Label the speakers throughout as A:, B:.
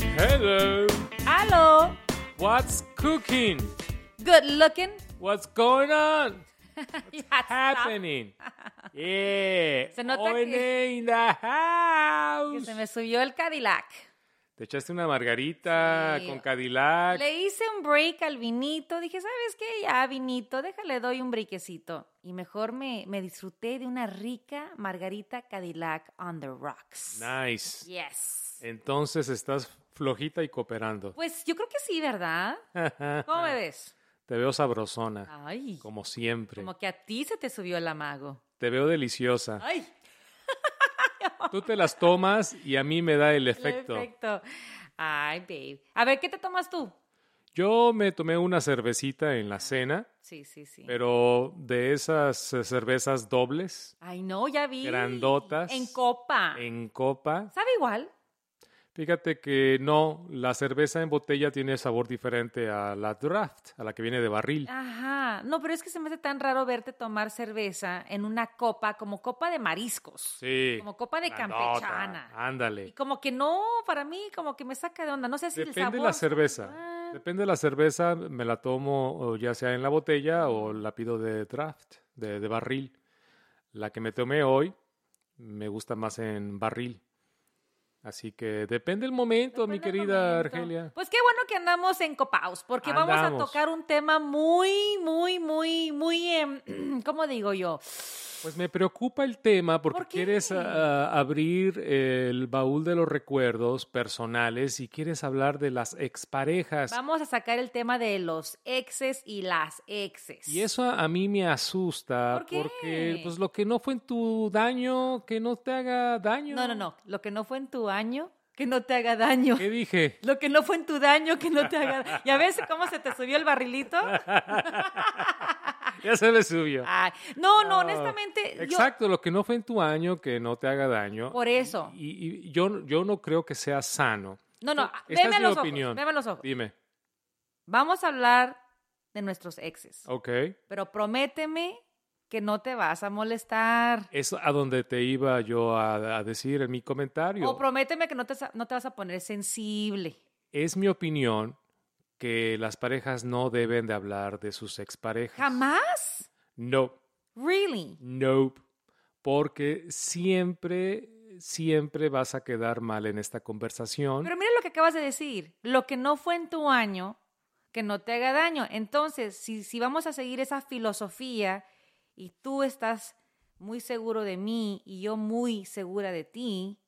A: Hello.
B: Hello.
A: What's cooking?
B: Good looking.
A: What's going on?
B: Ya
A: Happening. Yeah.
B: Se nota
A: Oene
B: que-
A: in the
B: está, que
A: house.
B: se me subió el Cadillac.
A: Te echaste una margarita
B: Sí.
A: con Cadillac.
B: Le hice un break al vinito. Dije, ¿sabes qué? Ya, vinito, déjale, doy un briquecito. Y mejor me, me disfruté de una rica margarita Cadillac on the rocks.
A: Nice.
B: Yes.
A: Entonces estás flojita y cooperando.
B: Pues yo creo que sí, ¿verdad? ¿Cómo me ves?
A: Te veo sabrosona,
B: Ay,
A: como siempre.
B: Ah. como que a ti se te subió el amago.
A: Te veo deliciosa.
B: Ay,
A: Tú te las tomas y a mí me da el efecto.
B: perfecto. Ay, babe. A ver, ¿qué te tomas tú?
A: Yo me tomé una cervecita en la cena,
B: Sí, sí, Ah, sí.
A: pero de esas eh, cervezas dobles,
B: Ay, no, ya vi.
A: Grandotas.
B: En copa.
A: en copa.
B: ¿Sabe igual?
A: Fíjate que no, la cerveza en botella tiene sabor diferente a la draft, a la que viene de barril.
B: Ah, Ajá. No, pero es que se me hace tan raro verte tomar cerveza en una copa, como copa de mariscos.
A: Sí.
B: Como copa de
A: grandota,
B: campechana. Y
A: Ándale.
B: como que no, para mí, como que me saca de onda. No sé si el sabor. Ah,
A: Depende de la
B: sabe
A: cerveza.
B: igual.
A: Depende de la cerveza, me la tomo o ya sea en la botella o la pido de draft, de, de barril. La que me tomé hoy me gusta más en barril. Así que depende el momento, mi
B: Depende del
A: querida
B: momento.
A: Argelia.
B: Pues qué bueno que andamos en copaos, porque vamos a
A: Andamos.
B: tocar un tema muy, muy, muy, muy, em, ¿cómo digo yo?
A: Pues me preocupa el tema porque
B: ¿Por qué?
A: quieres ah, abrir el baúl de los recuerdos personales y quieres hablar de las exparejas.
B: Vamos a sacar el tema de los exes y las exes.
A: Y eso a, a mí me asusta
B: ¿Por qué?
A: porque pues lo que no fue en tu daño, que no te haga daño.
B: No, no, no. Lo que no fue en tu año, que no te haga daño.
A: ¿Qué dije?
B: Lo que no fue en tu daño, que no te haga daño. ¿Ya ves cómo se te subió el barrilito?
A: Ya se me subió.
B: Ay, no, no,
A: Ah,
B: honestamente. Ah. yo-
A: Exacto, lo que no fue en tu año, que no te haga daño.
B: por eso.
A: Y, y yo, yo no creo que sea sano.
B: No, no,
A: Esta es
B: veme a
A: mi
B: los ojos.
A: opinión.
B: veme a los ojos.
A: Dime,
B: Vamos a hablar de nuestros exes.
A: ok.
B: Pero prométeme que no te vas a molestar.
A: Es a donde te iba yo a, a decir en mi comentario.
B: O prométeme que no te, sa- no te vas a poner sensible.
A: es mi opinión que las parejas no deben de hablar de sus exparejas.
B: ¿Jamás?
A: No,
B: ¿Really?
A: no. Porque siempre, siempre vas a quedar mal en esta conversación.
B: Pero mira lo que acabas de decir. Lo que no fue en tu año, que no te haga daño. Entonces, si, si vamos a seguir esa filosofía y tú estás muy seguro de mí y yo muy segura de ti,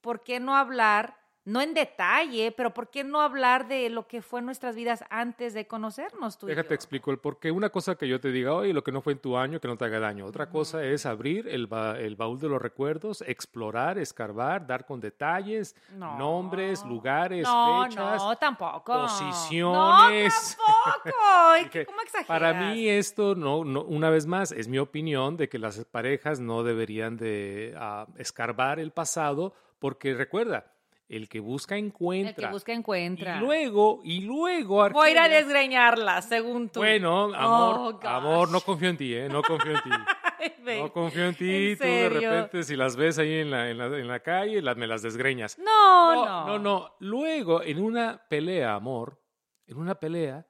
B: ¿por qué no hablar, no en detalle, pero por qué no hablar de lo que fue en nuestras vidas antes de conocernos tú y
A: Déjate
B: yo?
A: explico el porqué. Una cosa que yo te diga, oye, lo que no fue en tu año, que no te haga daño. Otra cosa es abrir el, ba- el baúl de los recuerdos, explorar, escarbar, dar con detalles,
B: No.
A: nombres, lugares,
B: No,
A: fechas.
B: no, tampoco.
A: posiciones.
B: No, tampoco. Ay,
A: Que
B: que ¿Cómo exageras?
A: Para mí esto, no, no, una vez más, es mi opinión de que las parejas no deberían de ah, escarbar el pasado, porque recuerda, el que busca encuentra.
B: El que busca encuentra.
A: Y luego, y luego...
B: Voy a ir a
A: Argelia,
B: desgreñarla, según tú.
A: Bueno, amor,
B: Oh,
A: amor, no
B: gosh.
A: confío en ti, ¿eh? No confío en ti.
B: Ay, babe.
A: No confío en ti.
B: ¿En
A: tú de
B: serio?
A: repente, si las ves ahí en la, en la, en la calle, las, me las desgreñas.
B: No,
A: no, no, no. Luego, en una pelea, amor, en una pelea,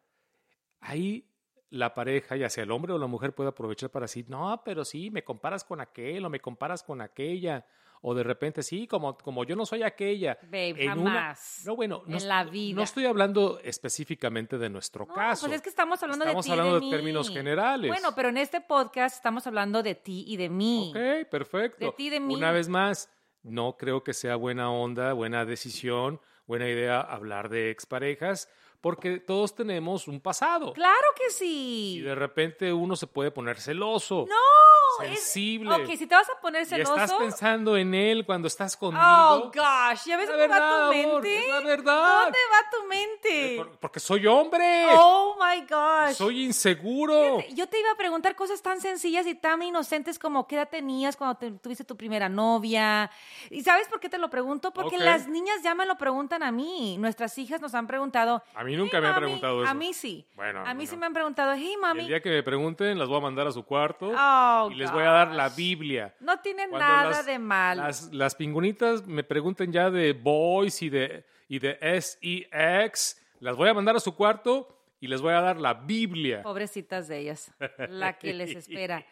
A: ahí la pareja, ya sea el hombre o la mujer, puede aprovechar para decir, no, pero sí, me comparas con aquel o me comparas con aquella. O de repente, sí, como, como yo no soy aquella.
B: Babe,
A: En una-
B: jamás.
A: No, bueno, no,
B: En
A: est-
B: la
A: no
B: vida.
A: estoy hablando específicamente de nuestro
B: No,
A: caso.
B: Pues es que estamos hablando
A: Estamos
B: de ti. y
A: hablando de
B: mí.
A: términos generales.
B: Bueno, pero en este podcast estamos hablando de ti y de mí.
A: Ok, perfecto.
B: De ti, de mí.
A: Una vez más, no creo que sea buena onda, buena decisión, buena idea hablar de exparejas, porque todos tenemos un pasado.
B: Claro que
A: Y
B: sí.
A: de repente uno se puede poner celoso.
B: No, es-
A: sensible.
B: Ok, si te vas a poner
A: Y
B: celoso.
A: estás pensando en él cuando estás conmigo.
B: Oh, gosh. ¿Ya ves
A: Es la
B: dónde va
A: verdad,
B: tu
A: amor,
B: mente?
A: es la verdad.
B: ¿Dónde va tu mente?
A: Por- Porque soy hombre.
B: Oh, my gosh.
A: Soy inseguro.
B: Fíjate, Yo te iba a preguntar cosas tan sencillas y tan inocentes como qué edad tenías cuando te- tuviste tu primera novia. ¿Y sabes por qué te lo pregunto? Porque
A: Ok.
B: las niñas ya me lo preguntan a mí. Nuestras hijas nos han preguntado.
A: A mí nunca
B: "Hey,
A: me han
B: mami".
A: preguntado eso.
B: A mí sí.
A: Bueno,
B: a mí
A: no.
B: sí me han preguntado, hey,
A: Y El
B: mami.
A: día que me pregunten, las voy a mandar a su cuarto
B: Oh,
A: y y les voy a dar la
B: gosh.
A: Biblia.
B: No tiene
A: Cuando
B: nada
A: las-
B: de mal.
A: Las, las pingunitas me pregunten ya de boys y de, y de SEX. Las voy a mandar a su cuarto y les voy a dar la Biblia.
B: Oh. Pobrecitas de ellas, la que les espera.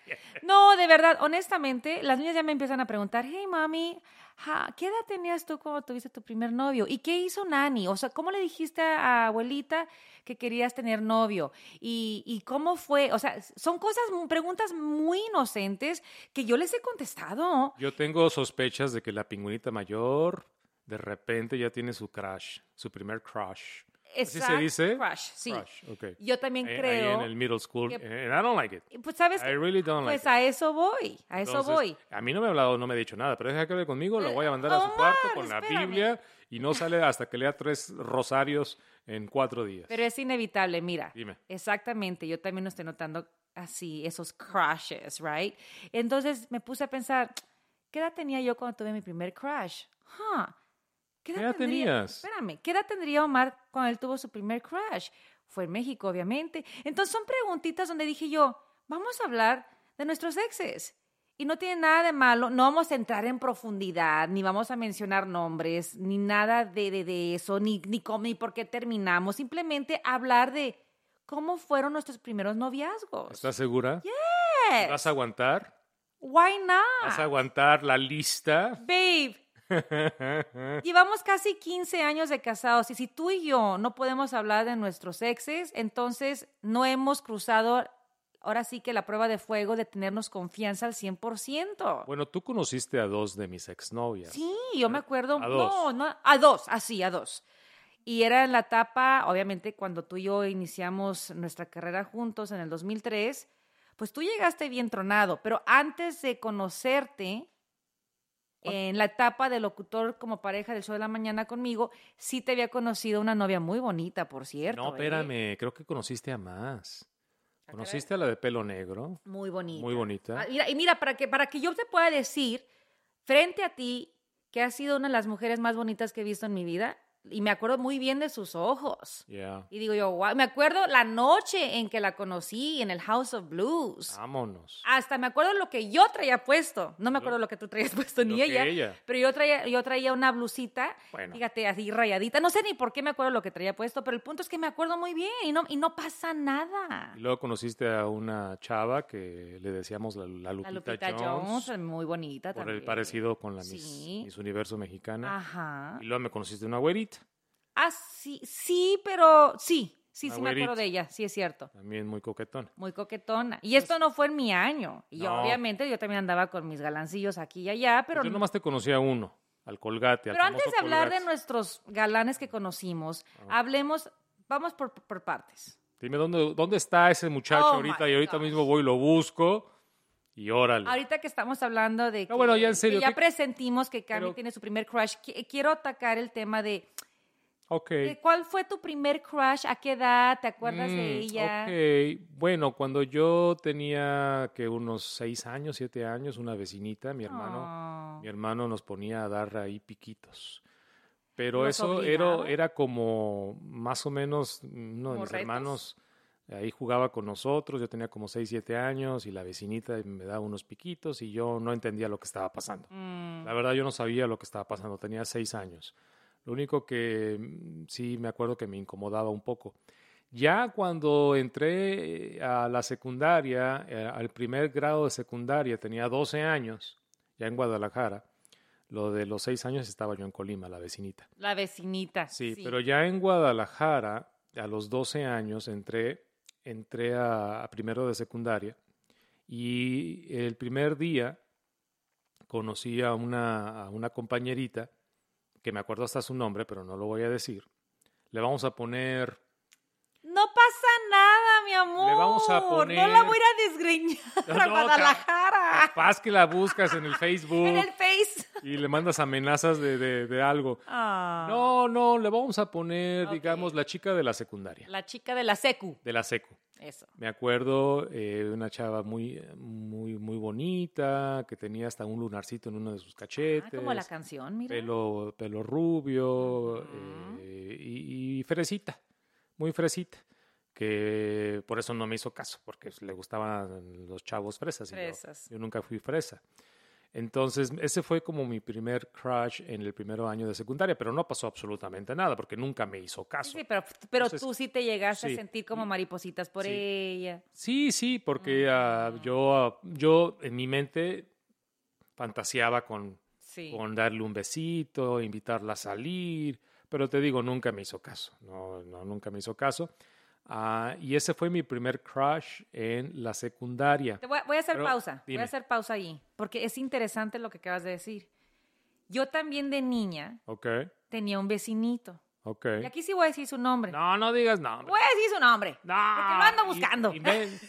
B: No, de verdad, honestamente, las niñas ya me empiezan a preguntar, hey mami, ja, ¿qué edad tenías tú cuando tuviste tu primer novio? ¿Y qué hizo Nani? O sea, ¿cómo le dijiste a abuelita que querías tener novio? ¿Y, y cómo fue? O sea, son cosas, preguntas muy inocentes que yo les he contestado.
A: Yo tengo sospechas de que la pingüinita mayor de repente ya tiene su crush, su primer crush. ¿Así se
B: Exact
A: dice?
B: Crush, sí.
A: Crush, ok.
B: Yo también
A: Ahí- ahí
B: creo.
A: en el middle school.
B: que-
A: And I don't like it.
B: Y Pues sabes,
A: I
B: que-
A: really don't like
B: pues
A: it.
B: a eso voy, a eso
A: Entonces,
B: voy.
A: A mí no me ha hablado, no me ha dicho nada, pero deja que hable conmigo, la
B: Eh,
A: voy a mandar a su
B: Omar,
A: cuarto con la
B: espérame.
A: Biblia y no sale hasta que lea tres rosarios en cuatro días.
B: Pero es inevitable, mira.
A: Dime.
B: Exactamente, yo también lo estoy notando así, esos crushes, right? Entonces me puse a pensar, ¿qué edad tenía yo cuando tuve mi primer crush? Huh,
A: ¿Qué edad
B: tendría-
A: tenías?
B: Espérame, ¿qué edad tendría Omar cuando él tuvo su primer crush? Fue en México, obviamente. Entonces son preguntitas donde dije yo, vamos a hablar de nuestros exes. Y no tiene nada de malo, no vamos a entrar en profundidad, ni vamos a mencionar nombres, ni nada de, de, de eso, ni, ni cómo, ni por qué terminamos. Simplemente hablar de cómo fueron nuestros primeros noviazgos.
A: ¿Estás segura?
B: Yes.
A: ¿Vas a aguantar?
B: Why
A: ¿Vas a
B: not?
A: aguantar la lista?
B: Babe, llevamos casi 15 años de casados y si tú y yo no podemos hablar de nuestros exes, entonces no hemos cruzado ahora sí que la prueba de fuego de tenernos confianza al 100%.
A: Bueno, tú conociste a dos de mis exnovias.
B: Sí, yo me acuerdo.
A: a dos.
B: No, no, a dos, así, a dos. Y era en la etapa, obviamente, cuando tú y yo iniciamos nuestra carrera juntos en el 2003, pues tú llegaste bien tronado, pero antes de conocerte, en la etapa de locutor como pareja del show de la mañana conmigo, sí te había conocido una novia muy bonita, por cierto.
A: no,
B: ¿eh? Ah,
A: espérame, creo que conociste a más.
B: caray.
A: ¿Conociste a la de pelo negro?
B: Muy bonita.
A: Muy bonita.
B: Ah, mira, y mira, para que, para que yo te pueda decir, frente a ti, que has sido una de las mujeres más bonitas que he visto en mi vida, y me acuerdo muy bien de sus ojos.
A: Yeah.
B: Y digo yo, wow, me acuerdo la noche en que la conocí en el House of Blues.
A: Ah. Vámonos.
B: Hasta me acuerdo lo que yo traía puesto. No me
A: Lo-
B: acuerdo lo que tú traías puesto
A: Lo
B: pues ni
A: que
B: ella,
A: ella.
B: Pero yo traía, yo traía una blusita,
A: Bueno.
B: fíjate, así rayadita. No sé ni por qué me acuerdo lo que traía puesto, pero el punto es que me acuerdo muy bien y no, y no pasa nada.
A: Y luego conociste a una chava que le decíamos la, la Lupita,
B: La Lupita
A: Jones,
B: Jones, muy bonita
A: por
B: también.
A: el parecido con la Miss,
B: Sí.
A: Miss Universo mexicana.
B: Ajá.
A: Y luego me conociste una güerita,
B: Ah, sí, sí, pero sí, sí,
A: La
B: sí me
A: güerita.
B: acuerdo de ella, sí es cierto.
A: también muy coquetona.
B: Muy coquetona. Y esto no fue en mi año. Y
A: Pues No. Pues
B: obviamente yo también andaba con mis galancillos aquí y allá, pero
A: Yo nomás te conocía a uno, al Colgate. al
B: Pero antes
A: famoso Ah.
B: de hablar de
A: Colgate.
B: nuestros galanes que conocimos, hablemos, vamos por, por partes.
A: Dime, ¿dónde, dónde está ese muchacho
B: Oh,
A: ahorita?
B: my
A: Y ahorita
B: gosh.
A: mismo voy y lo busco. Y órale.
B: Ahorita que estamos hablando de que,
A: No, bueno, ya en serio,
B: que ya
A: ¿qué-
B: presentimos que Cami
A: pero-
B: tiene su primer crush, qui- quiero atacar el tema de,
A: ok.
B: de cuál fue tu primer crush, a qué edad, te acuerdas
A: Mm,
B: de ella.
A: Ok, bueno, cuando yo tenía que unos seis años, siete años, una vecinita, mi hermano,
B: Oh.
A: mi hermano nos ponía a dar ahí piquitos. Pero
B: ¿Los
A: eso era,
B: obligaba?
A: era como más o menos uno de
B: ¿Como
A: mis
B: retos?
A: hermanos eh, ahí jugaba con nosotros, yo tenía como seis, siete años y la vecinita me daba unos piquitos y yo no entendía lo que estaba pasando.
B: Mm,
A: La verdad yo no sabía lo que estaba pasando, tenía seis años. Lo único que mm, sí me acuerdo que me incomodaba un poco. Ya cuando entré eh, a la secundaria, eh, al primer grado de secundaria, tenía 12 años, ya en Guadalajara. Lo de los seis años estaba yo en Colima, la vecinita.
B: la vecinita.
A: Sí, pero ya en Guadalajara, a los 12 años, entré, entré a, a primero de secundaria y el primer día conocí a una, a una compañerita, que me acuerdo hasta su nombre, pero no lo voy a decir. Le vamos a poner...
B: No pasa nada, mi amor.
A: vamos a
B: No la
A: poner-
B: voy a ir a desgreñar
A: No,
B: a
A: no,
B: Guadalajara.
A: Capaz que la buscas en el Facebook
B: En el Face.
A: y le mandas amenazas de, de- de algo.
B: Ah.
A: No, no, le vamos a poner,
B: Ok.
A: digamos, la chica de la secundaria,
B: La chica de la secu.
A: de la secu.
B: Eso. Ah,
A: Me acuerdo eh, una chava muy, muy, muy bonita, que tenía hasta un lunarcito en uno de sus
B: Ah,
A: cachetes,
B: como la canción, mira.
A: pelo, pelo rubio
B: Ujú.
A: eh, y, y fresita, muy fresita. que por eso no me hizo caso, porque le gustaban los chavos fresas. y yo-
B: Fresas.
A: yo nunca fui fresa. Entonces, ese fue como mi primer crush en el primer año de secundaria, pero no pasó absolutamente nada porque nunca me hizo
B: Sí,
A: caso.
B: sí, pero, pero
A: Entonces,
B: tú sí te llegaste
A: sí. Mm.
B: a sentir como maripositas por
A: Sí.
B: ella.
A: Sí, sí, porque ah, yo, ah, yo en mi mente fantaseaba con,
B: Sí.
A: con darle un besito, invitarla a salir, pero te digo, nunca me hizo caso, no, no, nunca me hizo caso. Ah, y ese fue mi primer crush en la secundaria.
B: Te voy, a- voy a hacer
A: Pero,
B: pausa, voy
A: dime.
B: a hacer pausa allí, porque es interesante lo que acabas de decir. Yo también de niña
A: Ok,
B: tenía un vecinito.
A: ok.
B: Y aquí sí voy a decir su nombre.
A: No, no digas no.
B: Voy a decir su nombre.
A: No.
B: Porque lo ando buscando.
A: in- inven-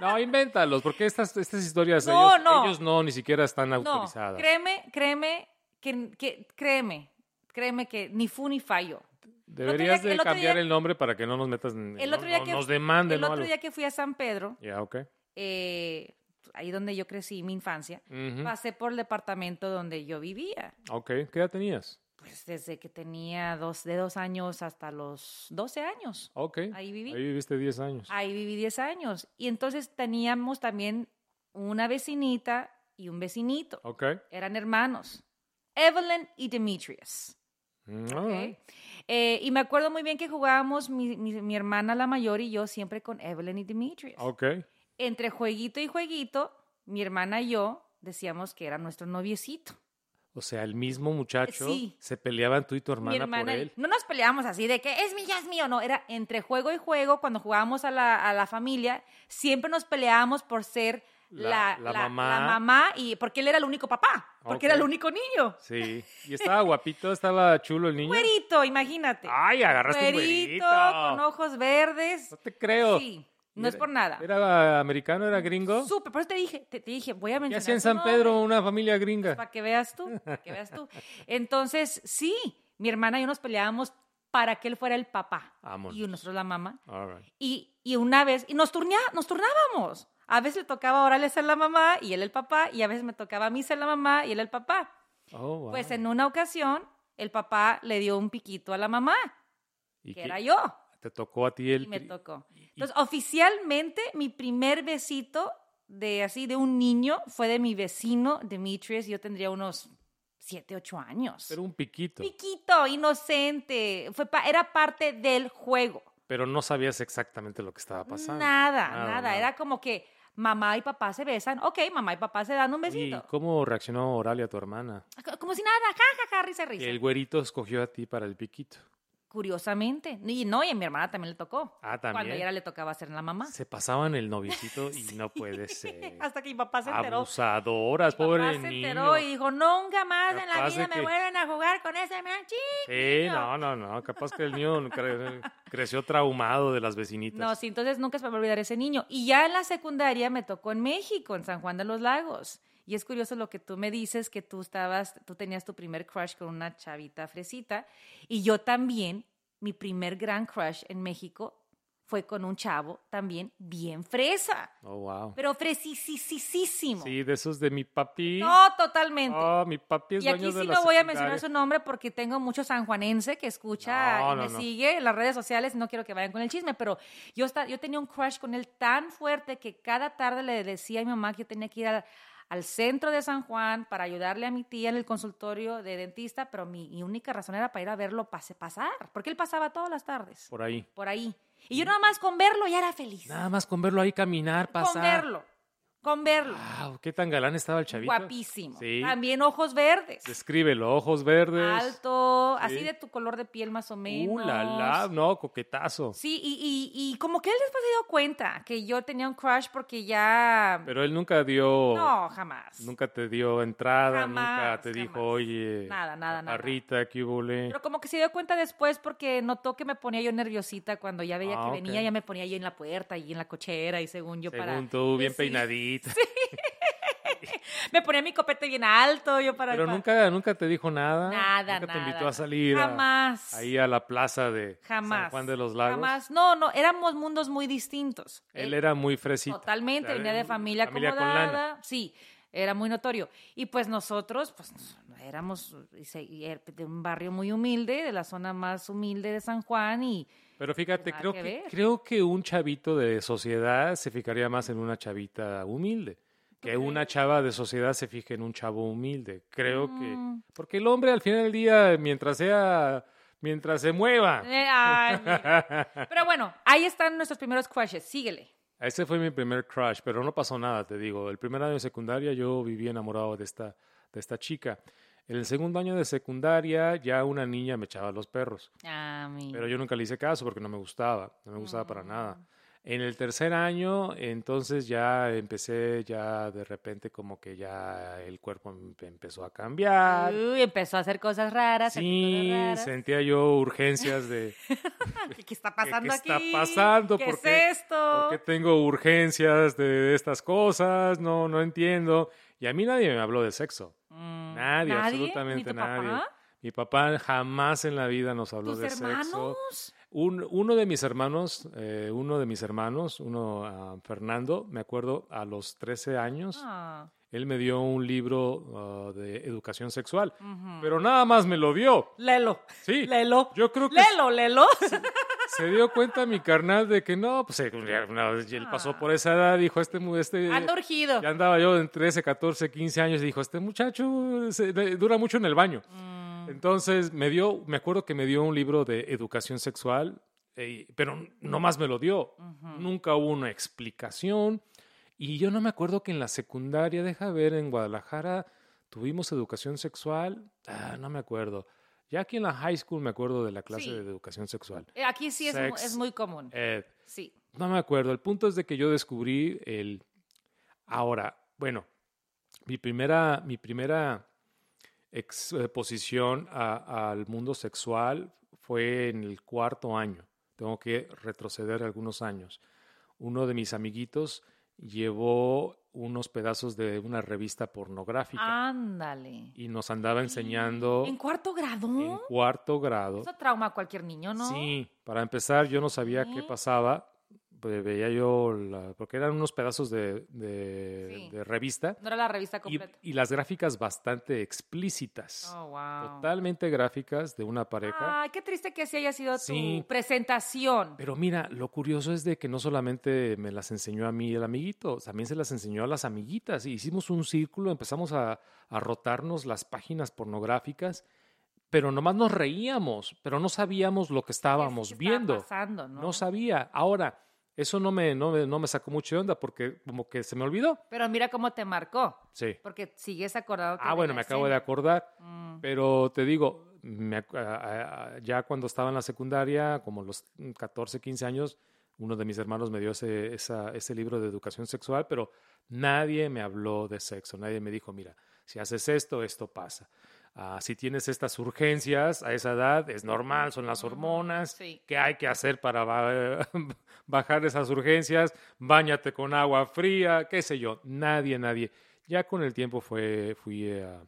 A: no, invéntalos, porque estas, estas historias
B: No,
A: ellos,
B: no.
A: ellos no ni siquiera están
B: No,
A: autorizadas.
B: créeme, créeme, que, que- créeme, créeme que ni fu ni fallo.
A: Deberías
B: día- el
A: de
B: otro
A: cambiar
B: día-
A: el nombre para que no nos metas en-
B: El
A: Pues no-
B: otro día
A: no
B: que,
A: nos demanden
B: el
A: ¿no?
B: otro
A: Algo.
B: día que fui a San Pedro,
A: Ya, ok.
B: eh, ahí donde yo crecí, mi infancia,
A: Ujú.
B: pasé por el departamento donde yo vivía.
A: Ok, ¿qué edad tenías?
B: Pues desde que tenía dos, de dos años hasta los 12 años.
A: Ok.
B: Ahí viví.
A: Ahí viviste 10 años.
B: Ahí viví 10 años. Y entonces teníamos también una vecinita y un vecinito.
A: Ok.
B: Eran hermanos. Evelyn y Demetrius.
A: Mm,
B: ¿ok?
A: alright.
B: Eh, y me acuerdo muy bien que jugábamos mi, mi- mi hermana la mayor y yo siempre con Evelyn y Demetrius.
A: Ok.
B: Entre jueguito y jueguito, mi hermana y yo decíamos que era nuestro noviecito.
A: O sea, el mismo muchacho
B: Sí.
A: se peleaban tú y tu hermana,
B: mi hermana
A: por
B: y-
A: él.
B: No nos peleábamos así de que es mía, es mío. No, era entre juego y juego, cuando jugábamos a la, a la familia, siempre nos peleábamos por ser
A: La-
B: la,
A: la mamá.
B: mamá y porque él era el único papá, porque era el
A: Ok.
B: único niño.
A: Sí. Y estaba guapito, estaba chulo el niño.
B: Güerito, imagínate.
A: Ay, Ah, agarraste un güerito.
B: con
A: No
B: ojos verdes.
A: te creo.
B: Sí, no es por nada.
A: ¿Era americano, era gringo?
B: Súper, por eso te dije, te, te dije, voy a
A: ¿Qué
B: mencionar.
A: hacía en
B: su
A: San
B: nombre. pues,
A: Pedro una familia gringa?
B: Para que veas tú, para que veas tú. Entonces, sí, mi hermana y yo nos peleábamos para que él fuera el papá
A: Vámonos.
B: y nosotros la mamá.
A: All right.
B: Y, y una vez, y nos, turnea, nos turnábamos. A veces le tocaba ahora él ser la mamá y él el papá, y a veces me tocaba a mí ser la mamá y él el papá.
A: Oh, wow.
B: Pues en una ocasión, el papá le dio un piquito a la mamá,
A: ¿Y
B: que
A: qué-
B: era yo,
A: Te tocó a ti el...
B: y me
A: pri-
B: tocó. Entonces, oficialmente, mi primer besito de así, de un niño, fue de mi vecino, Demetrius, yo tendría unos 7, 8 años.
A: Era un piquito.
B: Piquito, inocente, fue pa- era parte del juego.
A: Pero no sabías exactamente lo que estaba pasando.
B: Nada, nada, Era como que mamá y papá se besan. Ok, mamá y papá se dan un
A: Oye, ¿Y
B: besito.
A: cómo reaccionó Oralia, tu hermana?
B: Co- Como si nada, ja, ja, ja, risa,
A: Que
B: risa.
A: el güerito escogió a ti para el piquito.
B: Curiosamente. Y no, y a mi hermana también le tocó.
A: Ah,
B: Cuando
A: también.
B: ella le tocaba ser la mamá.
A: Se pasaban el novicito y no puede ser.
B: Hasta que mi papá
A: Ah,
B: se enteró.
A: Abusadoras,
B: Mi
A: pobre
B: papá se enteró
A: niño.
B: y dijo, nunca más en la
A: Capaz de
B: vida me
A: que-
B: vuelven a jugar con ese manchín.
A: Sí, no, no, no. Capaz que el niño cre- creció traumado de las vecinitas.
B: No, sí, entonces nunca se me va a olvidar ese niño. Y ya en la secundaria me tocó en México, en San Juan de los Lagos. Y es curioso lo que tú me dices, que tú estabas, tú tenías tu primer crush con una chavita fresita. Y yo también, mi primer gran crush en México fue con un chavo también bien fresa.
A: Oh, wow.
B: Pero fresisísimo.
A: Sí, de esos de mi papi.
B: No, totalmente.
A: Oh, mi papi es
B: Y aquí
A: dueño de
B: sí
A: la
B: no voy a
A: secundaria.
B: mencionar su nombre porque tengo mucho sanjuanense que escucha
A: No,
B: y me
A: no, no.
B: sigue en las redes sociales. No quiero que vayan con el chisme, pero yo, esta- yo tenía un crush con él tan fuerte que cada tarde le decía a mi mamá que yo tenía que ir al, al centro de San Juan para ayudarle a mi tía en el consultorio de dentista, pero mi, mi única razón era para ir a verlo pase, pasar, porque él pasaba todas las tardes por,
A: Por ahí.
B: ahí. Y yo nada más con verlo ya era feliz.
A: Nada más con verlo ahí caminar, pasar.
B: con verlo, con verlo.
A: Wow, qué tan galán estaba el chavito.
B: Guapísimo.
A: Sí.
B: También ojos verdes.
A: Descríbelo, ojos verdes.
B: Alto,
A: Pues, Sí.
B: así de tu color de piel más o menos.
A: Uh, la, la, no, coquetazo.
B: Sí, y, y- y como que él después se dio cuenta que yo tenía un crush porque ya...
A: Pero él nunca dio,
B: no, jamás.
A: nunca te dio entrada, nunca
B: Jamás,
A: te dijo,
B: jamás.
A: oye,
B: Nada, nada, nada.
A: parrita, qué hubole.
B: Pero como que se dio cuenta después porque notó que me ponía yo nerviosita cuando ya veía
A: Ah,
B: que
A: ok.
B: venía, ya me ponía yo en la puerta y en la cochera y según yo para...
A: Según tú, bien
B: Sí,
A: peinadita.
B: Me ponía mi copete bien alto, yo para...
A: Pero
B: para-
A: nunca, nunca te dijo nada.
B: Nada,
A: nunca
B: nada,
A: te invitó a
B: nada.
A: salir. a-
B: Jamás.
A: ahí a la plaza de
B: Jamás.
A: San Juan de los Lagos.
B: Jamás. No, no, éramos mundos muy distintos.
A: Él
B: Eh,
A: era muy fresito.
B: Totalmente, venía de familia,
A: Familia con
B: acomodada.
A: lana.
B: Sí, era muy notorio. Y pues nosotros, pues éramos y se- y er- de un barrio muy humilde, de la zona más humilde de San Juan y
A: Pero fíjate,
B: Nada
A: creo que,
B: que ver.
A: creo que un chavito de sociedad se fijaría más en una chavita humilde. Que una chava de sociedad se fije en un chavo humilde. Creo
B: Mm.
A: que. Porque el hombre al final del día, mientras sea. Mientras se mueva.
B: Eh, ay, mira. Pero bueno, ahí están nuestros primeros crushes. Síguele.
A: Ese fue mi primer crush, pero no pasó nada, te digo. El primer año de secundaria yo viví enamorado de esta, de esta chica. En el segundo año de secundaria ya una niña me echaba los perros.
B: Ah, mi-
A: Pero yo nunca le hice caso porque no me gustaba, no me gustaba para nada.
B: Ah.
A: En el tercer año, entonces ya empecé, ya de repente como que ya el cuerpo em- empezó a cambiar.
B: Uy, empezó a hacer cosas raras. a hacer
A: Sí,
B: cosas Uh, raras. Ah,
A: sentía yo urgencias de
B: ¿Qué, qué está pasando
A: ¿Qué- qué
B: aquí?
A: está pasando?
B: ¿Qué
A: ¿Por
B: es
A: qué-
B: esto?
A: por qué tengo urgencias de, de estas cosas, no, no entiendo. Y a mí nadie me habló de sexo,
B: Mm,
A: nadie,
B: ¿Ni
A: absolutamente
B: tu
A: nadie.
B: papá?
A: Mi papá jamás en la vida nos habló
B: ¿Tus
A: de
B: hermanos?
A: sexo. Un- uno de mis hermanos, eh, uno de mis hermanos, uno, ah, Fernando, me acuerdo, a los 13 años,
B: Ah,
A: él me dio un libro ah, de educación sexual,
B: ujú.
A: pero nada más me lo dio.
B: Lelo.
A: Sí,
B: Lelo.
A: yo creo que
B: Lelo, Lelo.
A: se dio cuenta mi carnal de que no, pues eh, no, él pasó por esa edad, dijo este, mu- este
B: Anda urgido.
A: ya andaba yo en 13, 14, 15 años y dijo, este muchacho se- de- dura mucho en el baño.
B: Mm.
A: Entonces me dio, me acuerdo que me dio un libro de educación sexual, eh, pero nomás me lo dio. Nunca hubo una explicación. Y yo no me acuerdo que en la secundaria, deja ver, en Guadalajara tuvimos educación sexual. Ah, no me acuerdo. Ya aquí en la high school me acuerdo de la clase
B: Sí.
A: de educación sexual.
B: Eh, Aquí sí es, mu-
A: Sex.
B: es muy común.
A: Eh,
B: Sí.
A: no me acuerdo. El punto es de que yo descubrí el. Ahora, bueno, mi primera, mi primera exposición a- al mundo sexual fue en el cuarto año. Tengo que retroceder algunos años. Uno de mis amiguitos llevó unos pedazos de una revista pornográfica
B: Ándale.
A: y nos andaba enseñando
B: Ah, ¿En cuarto grado?
A: en cuarto grado.
B: Eso trauma a cualquier niño, ¿no?
A: Sí, para empezar yo no sabía
B: Sí.
A: qué pasaba, pues, veía yo, la- porque eran unos pedazos de, de-
B: Sí.
A: de revista
B: No era la revista
A: y,
B: completa.
A: y las gráficas bastante explícitas,
B: Oh, wow. Ah.
A: totalmente gráficas de una pareja.
B: Ay, qué triste que así haya sido
A: Sí.
B: tu presentación.
A: Pero mira, lo curioso es de que no solamente me las enseñó a mí el amiguito, también se las enseñó a las amiguitas. Y hicimos un círculo, empezamos a, a rotarnos las páginas pornográficas, pero nomás nos reíamos, pero no sabíamos lo que estábamos
B: ¿Qué estaba
A: viendo.
B: pasando, ¿no?
A: No sabía. Ahora, eso no me, no, me, no me sacó mucho de onda porque como que se me olvidó.
B: Pero mira cómo te marcó.
A: Sí.
B: Porque sigues acordado.
A: Ah, bueno, me acabo de acordar.
B: Mm.
A: Pero te digo, me ac- a- a- a- ya cuando estaba en la secundaria, como los 14, 15 años, uno de mis hermanos me dio ese, esa- ese libro de educación sexual, pero nadie me habló de sexo. Nadie me dijo, mira, si haces esto, esto pasa. Ah, si tienes estas urgencias a esa edad, es normal, son las hormonas.
B: Sí.
A: ¿Qué hay que hacer para ba- bajar esas urgencias? Báñate con agua fría, qué sé yo. Nadie, nadie. Ya con el tiempo fue, fui eh, a-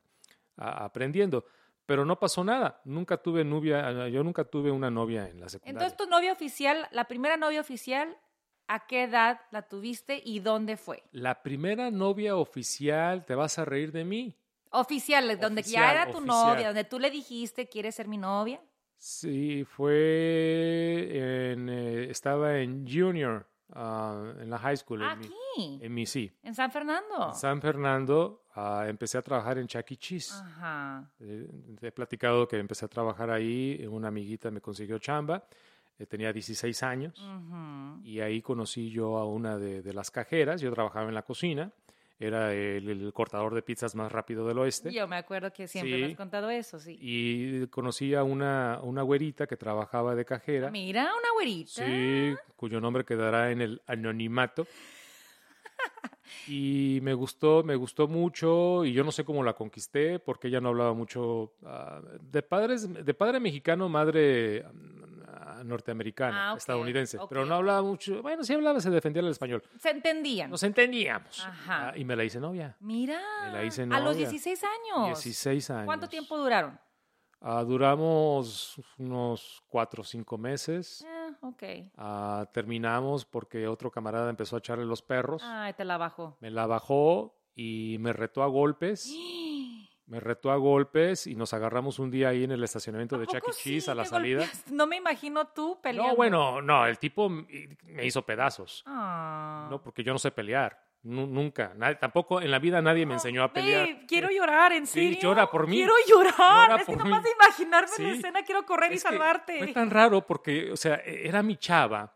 A: a- aprendiendo. Pero no pasó nada. Nunca tuve novia, yo nunca tuve una novia en la secundaria.
B: Entonces, tu novia oficial, la primera novia oficial, ¿a qué edad la tuviste y dónde fue?
A: la primera novia oficial, te vas a reír de mí.
B: Oficial, donde ya
A: Oficial,
B: era tu
A: oficial.
B: novia, donde tú le dijiste, ¿quieres ser mi novia?
A: Sí, fue en, eh, estaba en junior, ah, en la high school, en mi,
B: Aquí,
A: en mi sí.
B: en San Fernando.
A: En San Fernando ah, empecé a trabajar en Chuck E. Cheese.
B: Ah. Ajá.
A: Eh, te he platicado que empecé a trabajar ahí, eh, una amiguita me consiguió chamba, eh, tenía 16 años
B: Ujú.
A: y ahí conocí yo a una de, de las cajeras, yo trabajaba en la cocina, era el, el cortador de pizzas más rápido del oeste
B: Yo me acuerdo que siempre me
A: Sí.
B: has contado eso, sí.
A: y conocí a una, una güerita que trabajaba de cajera,
B: Mira, una güerita.
A: sí, cuyo nombre quedará en el anonimato. Y me gustó, me gustó mucho y yo no sé cómo la conquisté porque ella no hablaba mucho ah, de padres, de padre mexicano, madre ah, norteamericana,
B: Ah, ok,
A: estadounidense, pero
B: ok.
A: no hablaba mucho, bueno, sí hablaba, se defendía el español.
B: Se entendían.
A: Nos entendíamos.
B: Ajá.
A: Ah, y me la hice novia.
B: Mira.
A: Me la hice
B: a los
A: novia.
B: 16 años.
A: 16 años.
B: ¿Cuánto tiempo duraron?
A: Ah, duramos unos 4 o 5 meses.
B: Ah, ok.
A: Ah, terminamos porque otro camarada empezó a echarle los perros.
B: Ay, te la bajo.
A: Me la bajó y me retó a golpes. Me retó a golpes y nos agarramos un día ahí en el estacionamiento de Chuck
B: poco
A: E. Cheese
B: sí
A: a la
B: te
A: salida.
B: golpeaste? No me imagino tú peleando.
A: No, bueno, no, el tipo me hizo pedazos.
B: Ah.
A: No, porque yo no sé pelear. Nu- nunca. Nadie- tampoco en la vida nadie me enseñó a
B: Babe,
A: pelear.
B: Ah, quiero llorar, en
A: Sí,
B: serio.
A: llora por mí.
B: Quiero llorar.
A: Llora
B: es que
A: por
B: nomás
A: mí.
B: de imaginarme la
A: Sí.
B: escena quiero correr y
A: Es que
B: salvarte.
A: Fue tan raro porque, o sea, e- era mi chava,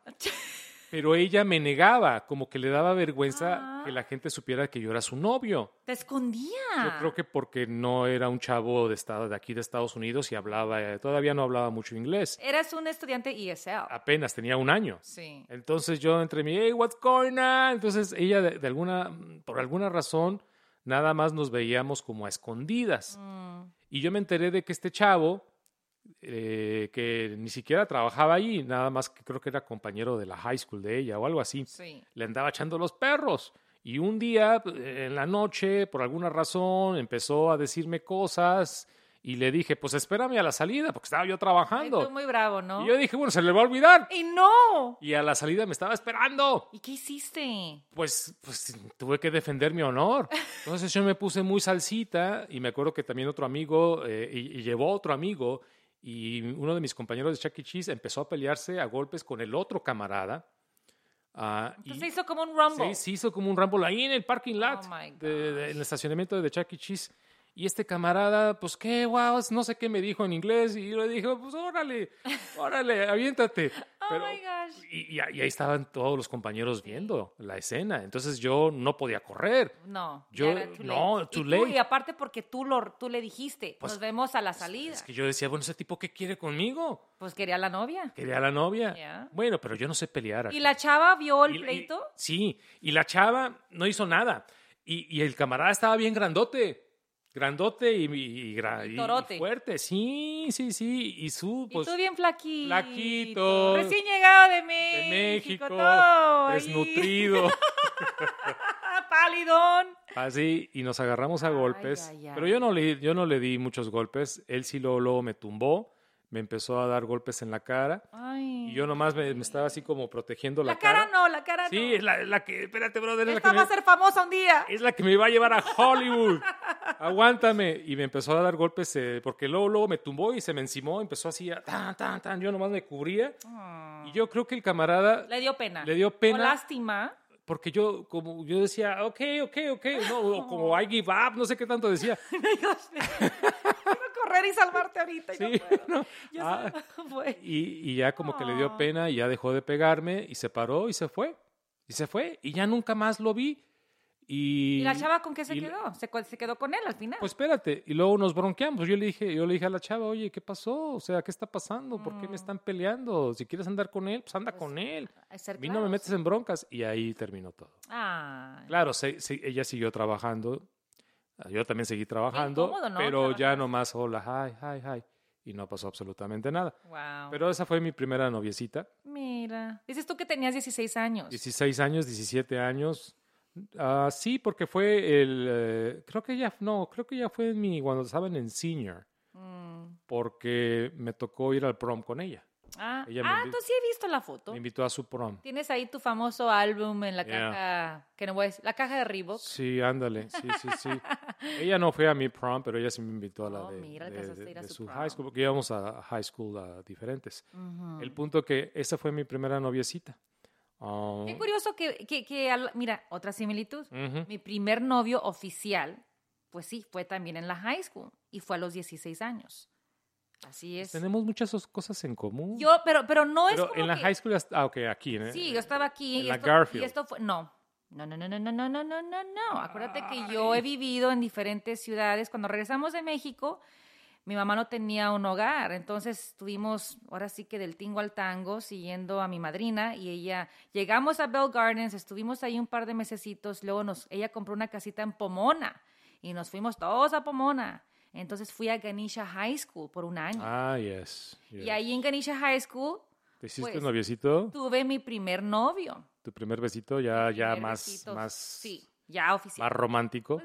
A: pero ella me negaba, como que le daba vergüenza
B: Ah.
A: que la gente supiera que yo era su novio.
B: Te escondía.
A: Yo
B: Ah.
A: creo que porque no era un chavo de, estado, de aquí de Estados Unidos y hablaba, eh, todavía no hablaba mucho inglés.
B: Eras un estudiante ESL.
A: Apenas tenía un año.
B: Sí.
A: Entonces yo entre mí, hey, what's going on? Entonces ella, de, de alguna, por alguna razón, nada más nos veíamos como a escondidas.
B: Mm.
A: Y yo me enteré de que este chavo, eh, que ni siquiera trabajaba allí, nada más que creo que era compañero de la high school de ella o algo así,
B: Sí.
A: le andaba echando los perros. Y un día, eh, en la noche, por alguna razón, empezó a decirme cosas y le dije, pues espérame a la salida, porque estaba yo
B: Ay,
A: trabajando.
B: tú muy bravo, ¿no?
A: Y yo dije, bueno, se le va a olvidar.
B: ¡Y no!
A: Y a la salida me estaba esperando
B: ¿Y qué hiciste?
A: pues, pues tuve que defender mi honor. Entonces yo me puse muy salsita y me acuerdo que también otro amigo, eh, y, y llevó otro amigo, y uno de mis compañeros de Chuck E. Cheese empezó a pelearse a golpes con el otro camarada. Ah, y
B: Entonces hizo como un
A: se,
B: rumble.
A: se hizo como un ramble ahí en el parking lot,
B: Oh, my
A: de- de-
B: gosh.
A: en el estacionamiento de Chuck E. Cheese. Y este camarada, pues qué guau, no sé qué me dijo en inglés. Y yo le dije, pues órale, órale, aviéntate.
B: Oh
A: Pero-
B: my gosh.
A: y, y- y ahí estaban todos los compañeros viendo la escena. Entonces yo no podía correr.
B: No. ya
A: Yo-
B: era too
A: no,
B: late.
A: too
B: y tú-
A: late.
B: y aparte porque tú, lo, tú le dijiste,
A: Pues-
B: nos vemos a la salida.
A: Es que yo decía, bueno, ese tipo, ¿qué quiere conmigo?
B: Pues quería la novia.
A: Quería a la novia.
B: Ya.
A: Bueno, pero yo no sé pelear.
B: ¿Y
A: aquí.
B: la chava vio el
A: Y- y-
B: pleito?
A: sí, y la chava no hizo nada. Y, y el camarada estaba bien grandote. Grandote y, y, y gra-
B: Y
A: y- y
B: torote.
A: fuerte. Sí, sí, sí. Y su,
B: Y
A: pues,
B: tú bien flaquito.
A: flaquito.
B: Recién llegado de
A: de
B: México.
A: México,
B: todo ahí.
A: desnutrido.
B: Ah, Palidón.
A: Así, y nos agarramos a
B: Ay,
A: golpes.
B: ay, ay.
A: Pero yo no, le, yo no le di muchos golpes. Él sí luego, luego me tumbó, me empezó a dar golpes en la cara.
B: Ay.
A: Y yo nomás me, me estaba así como protegiendo la,
B: la cara no, la cara no.
A: Sí, es la, la que, espérate, brother, es la
B: Esta
A: que,
B: va
A: me,
B: a ser famosa un día.
A: es la que me va a llevar a Hollywood. Aguántame. Y me empezó a dar golpes eh, porque luego, luego me tumbó y se me encimó. Empezó así a tan, tan, tan. Yo nomás me cubría. Y yo creo que el camarada
B: Le dio pena.
A: Eh, Le dio pena.
B: O lástima.
A: porque yo como yo decía, ok, ok, ok, no, o como I give up, no sé qué tanto decía.
B: Me dijo, quiero correr y salvarte ahorita. y no
A: Sí,
B: puedo.
A: no.
B: Yo
A: Ah.
B: sé- Güey.
A: Y, y ya como que le
B: Aw.
A: dio pena y ya dejó de pegarme y se paró y se fue. Y se fue y ya nunca más lo vi. Y,
B: ¿Y la chava con qué se
A: y-
B: quedó? ¿Se, cu- se quedó con él al final?
A: Pues espérate, y luego nos bronqueamos. Yo le dije, yo le dije a la chava, "Oye, ¿qué pasó? O sea, ¿qué está pasando? ¿Por qué me están peleando? Si quieres andar con él, pues anda
B: Mm. Pues,
A: con él.
B: Ay,
A: A
B: ser
A: mí no me
B: claros.
A: metes en broncas." Y ahí terminó todo.
B: Ay.
A: Claro, se- se- ella siguió trabajando. Ah, Yo también seguí trabajando,
B: incómodo, ¿no? pues.
A: pero ya
B: Trabajar
A: nomás hola, hi, hi, hi. Y no pasó absolutamente nada.
B: Wow.
A: Pero esa fue mi primera noviecita.
B: Mira. Dices tú que tenías 16 años.
A: 16 años, 17 años. Ah, sí, porque fue el. eh, creo que ya. No, creo que ya fue en mi. Cuando estaban en senior.
B: Mm.
A: Porque me tocó ir al prom con ella.
B: Ah,
A: Ella me
B: ah,
A: invi-
B: tú sí he visto la foto.
A: Me invitó a su prom.
B: Tienes ahí tu famoso álbum en la
A: Yeah.
B: caja, que no voy a decir, la caja de Reebok.
A: Sí, ándale. Sí, sí, sí. ella no fue a mi prom, pero ella sí me invitó a la
B: Oh,
A: de,
B: mira,
A: de-
B: alcanzaste
A: de-
B: a ir a
A: de
B: su
A: su
B: prom.
A: high school. Porque íbamos a high school ah, diferentes.
B: Ujú.
A: El punto que esa fue mi primera noviecita. Ah,
B: Qué curioso que, que, que al- mira, otra similitud.
A: ujú.
B: Mi primer novio oficial, pues sí, fue también en la high school y fue a los 16 años. Así es.
A: Tenemos muchas os- cosas en común.
B: Yo, pero, pero no
A: Pues
B: es
A: pero
B: como
A: en la
B: que-
A: high school, ya est- ah, ok, aquí. ¿eh?
B: Sí, yo estaba aquí
A: en
B: y,
A: la
B: esto,
A: Garfield.
B: y esto fue no. No, no, no, no, no, no, no, no, no, no. Acuérdate que yo he vivido en diferentes ciudades. Cuando regresamos de México, mi mamá no tenía un hogar. Entonces estuvimos, ahora sí que del tingo al tango, siguiendo a mi madrina y ella. Llegamos a Bell Gardens, estuvimos ahí un par de mesecitos. Luego nos, ella compró una casita en Pomona y nos fuimos todos a Pomona. Entonces fui a Ganisha High School por un año.
A: Ah, yes. yes.
B: y ahí en Ganisha High School
A: ¿Te hiciste
B: pues,
A: un noviecito?
B: tuve mi primer novio.
A: Tu primer besito ya, ya
B: primer
A: más,
B: besito,
A: más,
B: sí, Pues, ya oficial.
A: más romántico.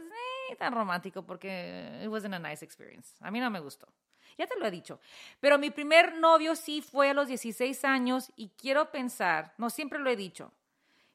B: Ni tan romántico porque it wasn't a nice experience. A mí no me gustó. Ya te lo he dicho. Pero mi primer novio sí fue a los 16 años y quiero pensar, no siempre lo he dicho,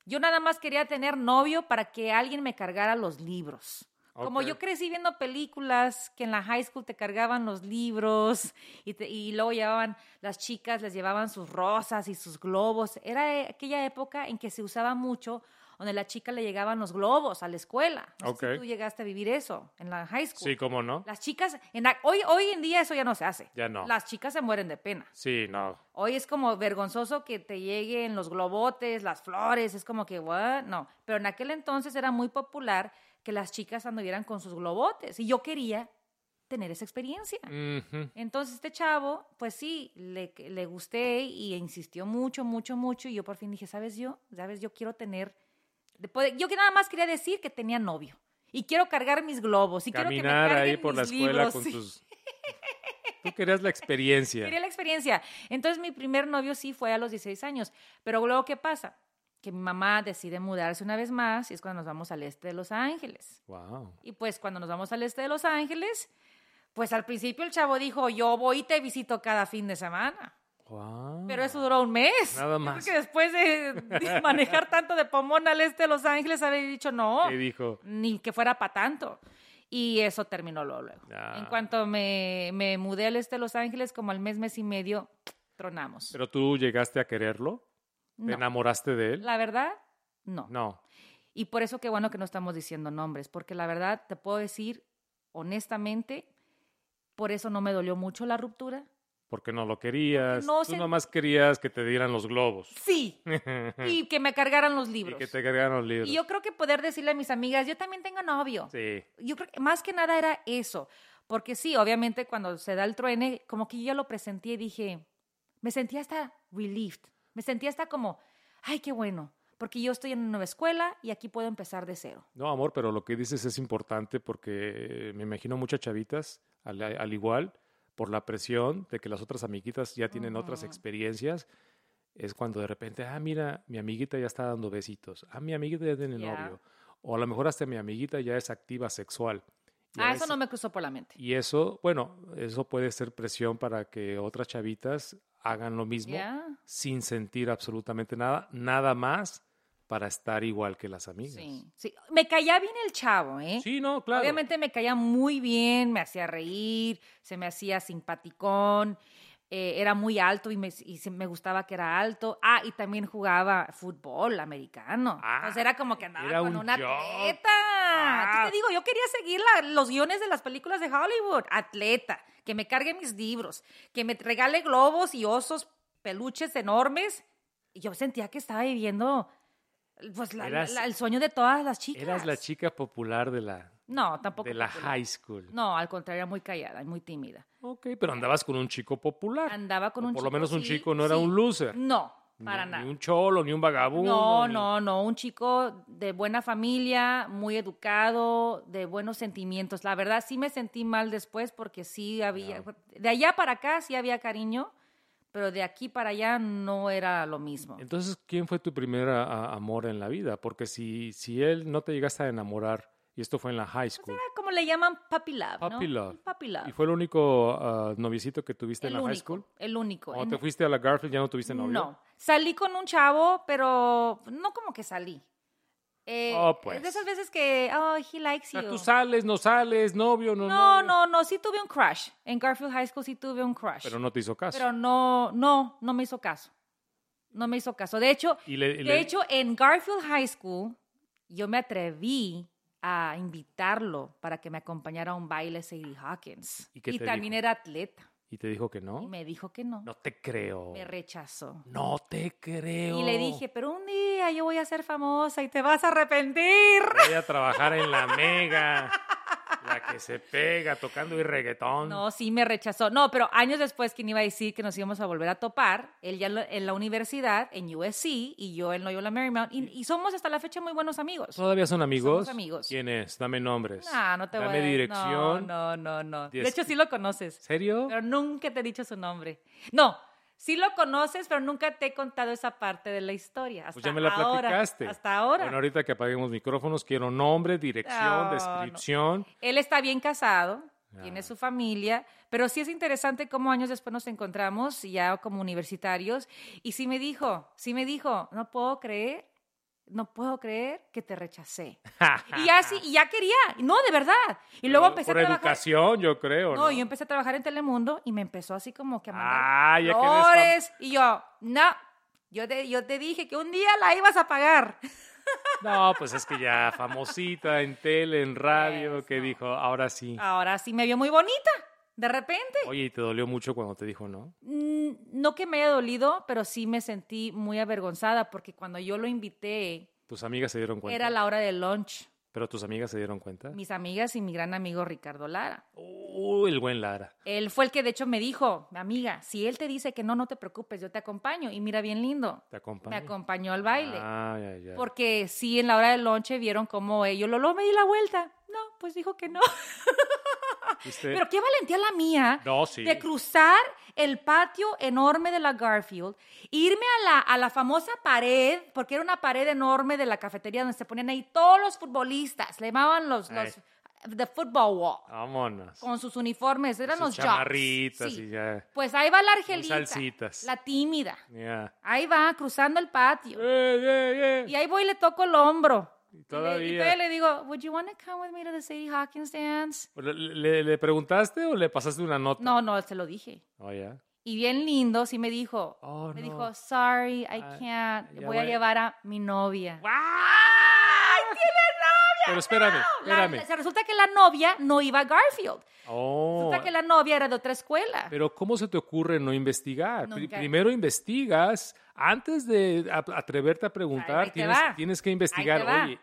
B: Yo nada más quería tener novio para que alguien me cargara los libros. Como
A: Ok.
B: yo crecí viendo películas que en la high school te cargaban los libros y, te- y luego llevaban, las chicas les llevaban sus rosas y sus globos. Era eh, aquella época en que se usaba mucho donde la chica le llegaban los globos a la escuela. No sé si
A: Ok.
B: tú llegaste a vivir eso en la high school.
A: Sí, cómo no.
B: Las chicas, en la- hoy, hoy en día eso ya no se hace.
A: Ya no.
B: Las chicas se mueren de pena.
A: Sí, no.
B: Hoy es como vergonzoso que te lleguen los globotes, las flores, es como que, ¿what? No. Pero en aquel entonces era muy popular que las chicas anduvieran con sus globotes y yo quería tener esa experiencia.
A: Ujú.
B: Entonces este chavo, pues sí, le, le gusté y insistió mucho, mucho, mucho y yo por fin dije, ¿sabes yo? ¿Sabes? Yo quiero tener... de poder- Yo que nada más quería decir que tenía novio y quiero cargar mis globos y quiero que me
A: Caminar
B: carguen
A: ahí por la
B: mis
A: escuela
B: libros,
A: con
B: sí.
A: tus... Tú querías la experiencia.
B: Quería la experiencia. Entonces mi primer novio sí fue a los 16 años, pero luego ¿qué pasa? Que mi mamá decide mudarse una vez más y es cuando nos vamos al este de Los Ángeles.
A: Wow.
B: Y pues cuando nos vamos al este de Los Ángeles, pues al principio el chavo dijo, yo voy y te visito cada fin de semana.
A: Wow.
B: Pero eso duró un mes.
A: Nada
B: Yo
A: más.
B: Creo que después de, de manejar tanto de Pomona al este de Los Ángeles, había dicho, no
A: ¿Qué dijo?
B: ni que fuera para tanto. Y eso terminó luego. luego.
A: Ah.
B: En cuanto me, me mudé al este de Los Ángeles, como al mes, mes y medio, tronamos.
A: ¿Pero tú llegaste a quererlo? ¿Te
B: No.
A: enamoraste de él?
B: La verdad, no.
A: No.
B: Y por eso qué bueno que no estamos diciendo nombres, porque la verdad te puedo decir honestamente, por eso no me dolió mucho la ruptura.
A: Porque no lo querías.
B: no
A: tú
B: se-
A: nomás querías que te dieran los globos.
B: Sí, y que me cargaran los
A: y
B: libros.
A: que te cargaran los libros.
B: Y yo creo que poder decirle a mis amigas, yo también tengo novio.
A: Sí.
B: yo creo que más que nada era eso, porque sí, obviamente cuando se da el truene, como que yo ya lo presenté y dije, me sentía hasta relieved, me sentía hasta como, ay, qué bueno, porque yo estoy en una nueva escuela y aquí puedo empezar de cero.
A: No, amor, pero lo que dices es importante porque eh, me imagino muchas chavitas, al, al igual, por la presión de que las otras amiguitas ya tienen otras
B: Ujú.
A: experiencias, es cuando de repente, ah, mira, mi amiguita ya está dando besitos, ah, mi amiguita ya tiene
B: Ya.
A: novio, o a lo mejor hasta mi amiguita ya es activa sexual. Y a
B: Ah, eso
A: veces-
B: no me cruzó por la mente.
A: Y eso, bueno, eso puede ser presión para que otras chavitas hagan lo mismo
B: Ya,
A: sin sentir absolutamente nada, nada más para estar igual que las amigas.
B: sí, sí. Me caía bien el chavo, ¿eh?
A: Sí, no, claro.
B: Obviamente me caía muy bien, me hacía reír, se me hacía simpaticón, eh, era muy alto y, me, y se- me gustaba que era alto. Ah, y también jugaba fútbol americano.
A: Ah,
B: Entonces era como que andaba
A: era
B: con
A: un
B: una
A: jock.
B: atleta.
A: Ah.
B: Entonces te digo, yo quería seguir la- los guiones de las películas de Hollywood. Atleta, que me cargue mis libros, que me regale globos y osos, peluches enormes. Y yo sentía que estaba viviendo pues, la- la-
A: Eras-
B: la- el sueño de todas las chicas.
A: Eras la chica popular de la,
B: No, tampoco.
A: de la
B: popular.
A: high school.
B: No, al contrario, era muy callada y muy tímida.
A: Ok, pero andabas con un chico popular.
B: Andaba con
A: O
B: un
A: por
B: chico.
A: lo menos un
B: sí,
A: chico, no era
B: sí.
A: un loser.
B: No, para
A: ni,
B: nada.
A: Ni un cholo, ni un vagabundo.
B: no,
A: ni-
B: no, no, un chico de buena familia, muy educado, de buenos sentimientos. La verdad sí me sentí mal después porque sí había, de allá para acá sí había cariño, pero de aquí para allá no era lo mismo.
A: Entonces, ¿quién fue tu primer a- a- amor en la vida? Porque si, si él no te llegaste a enamorar, y esto fue en la high school,
B: Pues Era como le llaman puppy love, ¿no?
A: Puppy love.
B: Puppy love.
A: ¿y fue el único ah, noviecito que tuviste
B: el
A: en la high
B: único,
A: school?
B: el único.
A: Cuando
B: En-
A: te fuiste a la Garfield ya no tuviste novio?
B: No, salí con un chavo, pero no como que salí. Eh,
A: Oh, pues.
B: De esas veces que, oh, he likes
A: O sea,
B: you.
A: tú sales, no sales, novio, no
B: no,
A: novio.
B: no, no, sí tuve un crush. En Garfield High School sí tuve un crush.
A: Pero no te hizo caso.
B: Pero no, no, no me hizo caso. No me hizo caso. De hecho,
A: Y le- y
B: de
A: le-
B: hecho, en Garfield High School, yo me atreví a invitarlo para que me acompañara a un baile Sadie Hawkins.
A: ¿Y qué te
B: también
A: dijo?
B: era atleta.
A: ¿Y te dijo que no?
B: Y me dijo que no.
A: No te creo.
B: Me rechazó.
A: No te creo.
B: Y le dije, pero un día yo voy a ser famosa y te vas a arrepentir.
A: Voy a trabajar en la mega. La que se pega tocando y reggaetón.
B: No, sí me rechazó. No, pero años después, quien iba a decir que nos íbamos a volver a topar, él ya en la- en la universidad, en USC, y yo en Loyola Marymount, y, y somos hasta la fecha muy buenos amigos.
A: ¿Todavía son amigos?
B: Somos amigos.
A: ¿Quién es? Dame nombres.
B: No, no te
A: Dame
B: voy a...
A: dirección.
B: No, no, no, no. De
A: Diez-
B: hecho, sí lo conoces,
A: ¿Serio?
B: pero nunca te he dicho su nombre. No, sí lo conoces, pero nunca te he contado esa parte de la historia. Hasta
A: Pues ya me la
B: ahora,
A: platicaste.
B: Hasta ahora.
A: Bueno, ahorita que apaguemos micrófonos, quiero nombre, dirección,
B: No, no.
A: descripción.
B: Él está bien casado,
A: Ah.
B: tiene su familia, pero sí es interesante cómo años después nos encontramos ya como universitarios y sí me dijo, sí me dijo, no puedo creer no puedo creer que te rechacé. y ya sí, y ya quería, no, de verdad. Y luego
A: Por-
B: empecé a
A: Por
B: trabajar.
A: educación, yo creo.
B: no,
A: No,
B: yo empecé a trabajar en Telemundo y me empezó así como que a
A: Ah,
B: mandar
A: ya que eres
B: flores. Y yo, no, yo te, yo te dije que un día la ibas a pagar.
A: No, pues es que ya famosita en tele, en radio,
B: Pues,
A: que
B: no.
A: dijo, ahora sí.
B: Ahora sí me vio muy bonita, de repente.
A: Oye, ¿y te dolió mucho cuando te dijo no?
B: Mm, No que me haya dolido, pero sí me sentí muy avergonzada porque cuando yo lo invité
A: Tus amigas se dieron cuenta.
B: era la hora del lunch.
A: Pero tus amigas se dieron cuenta.
B: Mis amigas y mi gran amigo Ricardo Lara.
A: Uy, el buen Lara.
B: Él fue el que de hecho me dijo, amiga, si él te dice que no, no te preocupes, yo te acompaño. Y mira, bien lindo,
A: ¿Te
B: me
A: acompaña?
B: acompañó al baile.
A: Ah, ya, ya.
B: Porque sí, en la hora del lonche vieron cómo ellos, Lolo, me di la vuelta. No, pues dijo que no.
A: ¿Viste?
B: Pero qué valentía la mía
A: No, sí.
B: de cruzar el patio enorme de la Garfield, irme a la, a la famosa pared, porque era una pared enorme de la cafetería donde se ponían ahí todos los futbolistas, le llamaban los, los the football wall,
A: Vámonos.
B: con sus uniformes, eran
A: Sus
B: los jocks,
A: chamarritas
B: sí.
A: y ya.
B: Pues ahí va la argelita,
A: salsitas.
B: la tímida,
A: Ya.
B: ahí va cruzando el patio,
A: Eh, eh, eh.
B: y ahí voy y le toco el hombro.
A: Y
B: Y, le, y
A: todavía.
B: todavía le digo, would you want to come with me to the Sadie Hawkins dance?
A: ¿Le, le- le preguntaste o le pasaste una nota?
B: No, no, se lo dije.
A: Oh, ya.
B: Y bien lindo, sí me dijo.
A: Oh,
B: me
A: no.
B: dijo, sorry, I
A: Ah,
B: can't.
A: ya
B: Voy a
A: voy.
B: llevar a mi novia.
A: ¡Ay, Pero espérame,
B: La-
A: espérame.
B: se resulta que la novia no iba a Garfield.
A: Oh,
B: Resulta que la novia era de otra escuela.
A: Pero ¿cómo se te ocurre no investigar? Pri-
B: Nunca.
A: primero investigas, antes de a- atreverte a
B: Ahí- ahí
A: preguntar,
B: te
A: tienes,
B: va.
A: tienes que
B: te
A: investigar,
B: va.
A: oye,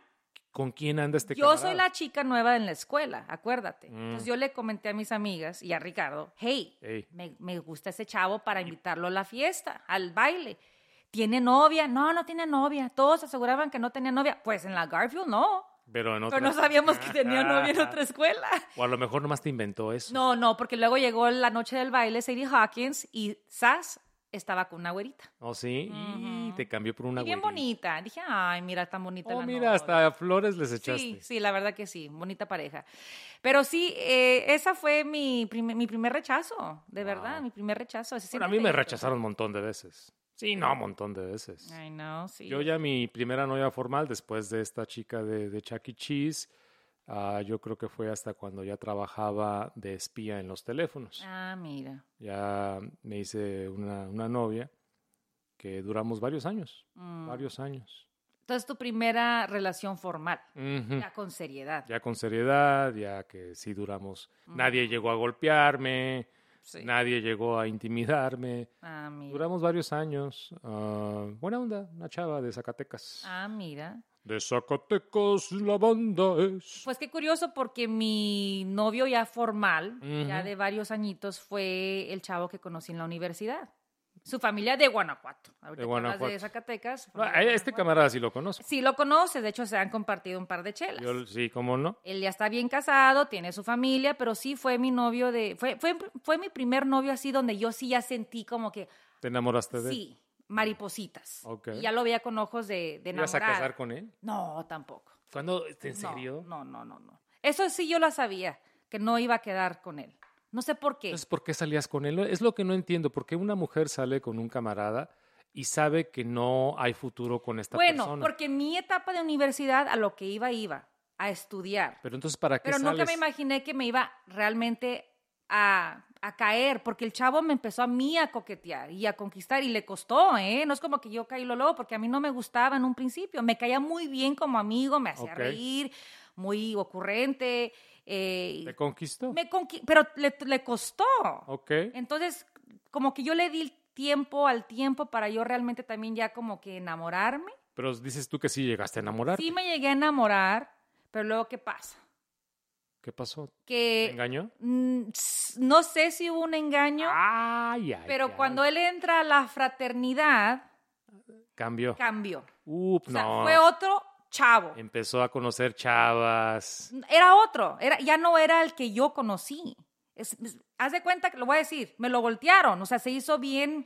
A: ¿con quién anda este
B: yo soy
A: camarada? Mm.
B: la chica nueva en la escuela, acuérdate. Entonces yo le comenté a mis amigas y a Ricardo, hey,
A: Ey.
B: Me, me gusta ese chavo para invitarlo a la fiesta, al baile. ¿Tiene novia? No, no tiene novia. Todos aseguraban que no tenía novia. Pues en la Garfield no.
A: Pero, en
B: Pero no
A: otra-
B: sabíamos que tenía novia en otra escuela.
A: O a lo mejor nomás te inventó eso.
B: No, no, porque luego llegó la noche del baile Sadie Hawkins y Sass estaba con una güerita.
A: ¿O sí? Y te cambió por una
B: Y bien
A: güerita.
B: bonita. Dije, ay, mira, tan bonita
A: Oh,
B: la
A: mira,
B: novia.
A: hasta flores les echaste.
B: Sí, sí, la verdad que sí, bonita pareja. Pero sí, eh, esa fue mi, prim- mi primer rechazo, de
A: Wow.
B: verdad, mi primer rechazo. Así
A: Bueno, a
B: siempre
A: mí me
B: te digo.
A: rechazaron un montón de veces. Sí, no, un montón de veces.
B: Ay, no, sí.
A: Yo ya mi primera novia formal, después de esta chica de, de Chuck E. Cheese, ah, yo creo que fue hasta cuando ya trabajaba de espía en los teléfonos.
B: Ah, mira.
A: Ya me hice una, una novia que duramos varios años,
B: Mm.
A: varios años.
B: Entonces, tu primera relación formal,
A: Ujú.
B: ya con seriedad.
A: Mm. Ya con seriedad, ya que sí duramos. Nadie llegó a golpearme,
B: Mm. Sí.
A: nadie llegó a intimidarme.
B: Ah, mira.
A: Duramos varios años. ah, buena onda, una chava de Zacatecas.
B: Ah, mira.
A: De Zacatecas la banda es.
B: Pues qué curioso porque mi novio ya formal, ya
A: Ujú.
B: de varios añitos, fue el chavo que conocí en la universidad. Su familia de Guanajuato.
A: De
B: Ahorita que hablas de
A: Guanajuato.
B: Zacatecas.
A: No, a
B: familia de
A: este
B: Guanajuato.
A: camarada sí lo conozco.
B: Sí lo conoces, de hecho se han compartido un par de chelas.
A: Yo, sí, cómo no.
B: Él ya está bien casado, tiene su familia, pero sí fue mi novio de... Fue, fue, fue mi primer novio así donde yo sí ya sentí como que...
A: ¿Te enamoraste de él?
B: Sí, maripositas.
A: Ok.
B: Y ya lo veía con ojos de, de
A: ¿Te ibas a casar
B: enamorada.
A: con él?
B: No, tampoco.
A: ¿Cuándo? ¿En
B: No,
A: serio?
B: No, no, no, no. Eso sí yo la sabía, que no iba a quedar con él. No sé por qué.
A: Entonces, ¿por qué salías con él? Es lo que no entiendo. ¿Por qué una mujer sale con un camarada y sabe que no hay futuro con esta
B: bueno,
A: persona?
B: porque en mi etapa de universidad a lo que iba iba, a estudiar.
A: Pero entonces, ¿para qué
B: Pero nunca
A: sales?
B: me imaginé que me iba realmente a, a caer, porque el chavo me empezó a mí a coquetear y a conquistar y le costó, ¿eh? No es como que yo caí lo lobo, porque a mí no me gustaba en un principio. Me caía muy bien como amigo, me hacía
A: Ok.
B: reír, muy ocurrente. eh,
A: ¿Te conquistó?
B: me conqui- pero le, le costó.
A: Ok.
B: Entonces, como que yo le di el tiempo al tiempo para yo realmente también ya como que enamorarme.
A: Pero dices tú que sí llegaste a enamorar.
B: Sí me llegué a enamorar, pero luego ¿qué pasa?
A: ¿Qué pasó? ¿Te
B: Que
A: engañó?
B: mm, s- no sé si hubo un engaño,
A: Ay, ay,
B: pero
A: ay.
B: cuando él entra a la fraternidad,
A: Cambió.
B: cambió.
A: Up,
B: O sea,
A: no.
B: fue otro chavo.
A: Empezó a conocer chavas.
B: Era otro, era, ya no era el que yo conocí. Es- es- haz de cuenta que lo voy a decir, me lo voltearon, o sea, se hizo bien.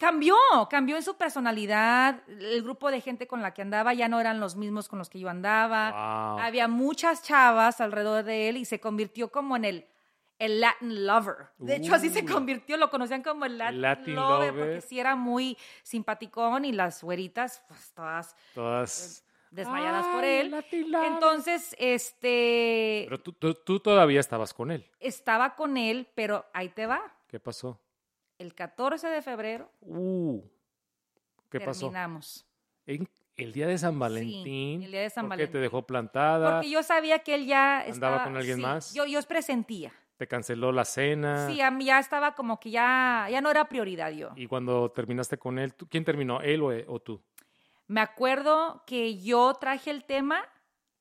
B: Cambió, cambió en su personalidad. El grupo de gente con la que andaba ya no eran los mismos con los que yo andaba.
A: Wow.
B: Había muchas chavas alrededor de él y se convirtió como en el, el Latin Lover. De hecho, así se
A: Uh.
B: convirtió, lo conocían como el Latin,
A: Latin
B: lover,
A: Lover.
B: porque sí era muy simpaticón y las güeritas, pues todas
A: Todas
B: desmayadas
A: Ay,
B: por él.
A: Latin Lover.
B: Entonces, este,
A: Pero tú, tú- tú todavía estabas con él.
B: estaba con él, pero ahí te va.
A: ¿Qué pasó?
B: El 14 de febrero
A: Uh, ¿Qué pasó?
B: terminamos.
A: En- el día de San Valentín.
B: el día de San
A: ¿por qué
B: Valentín.
A: te dejó plantada.
B: Porque yo sabía que él ya estaba...
A: con alguien
B: sí,
A: más?
B: Yo, yo presentía.
A: Te canceló la cena.
B: Sí, a mí ya estaba como que ya, ya no era prioridad yo.
A: y cuando terminaste con él, ¿tú- ¿quién terminó? ¿Él o, o tú?
B: Me acuerdo que yo traje el tema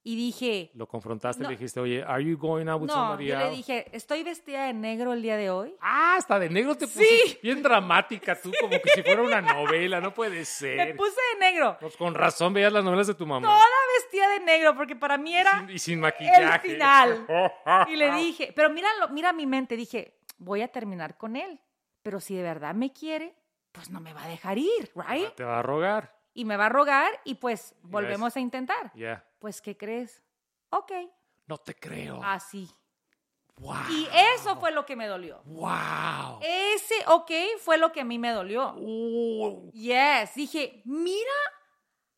B: y dije,
A: Lo confrontaste,
B: No.
A: le dijiste, oye, ¿are you going out with
B: no,
A: somebody
B: yo le
A: else?
B: dije, estoy vestida de negro el día de hoy.
A: Ah, hasta de negro te
B: Sí.
A: pusiste. Bien dramática tú, como que si fuera una novela, no puede
B: Me
A: ser.
B: puse de negro,
A: Pues con razón veías las novelas de tu mamá.
B: toda vestida de negro, porque para mí
A: Y
B: era...
A: sin, y sin maquillaje.
B: final. Y le dije, pero mira, lo- mira mi mente, dije, voy a terminar con él, pero si de verdad me quiere, pues no me va a dejar ir, ¿right?
A: Te va a rogar.
B: Y me va a rogar y pues volvemos a intentar.
A: Ya.
B: Pues, ¿qué crees? Ok,
A: No te creo.
B: así.
A: wow.
B: Ah, Y
A: Ah.
B: eso Eh. fue lo que me dolió.
A: Wow.
B: Ese ok fue lo que a mí me dolió.
A: Uh,
B: Yes, dije, mira,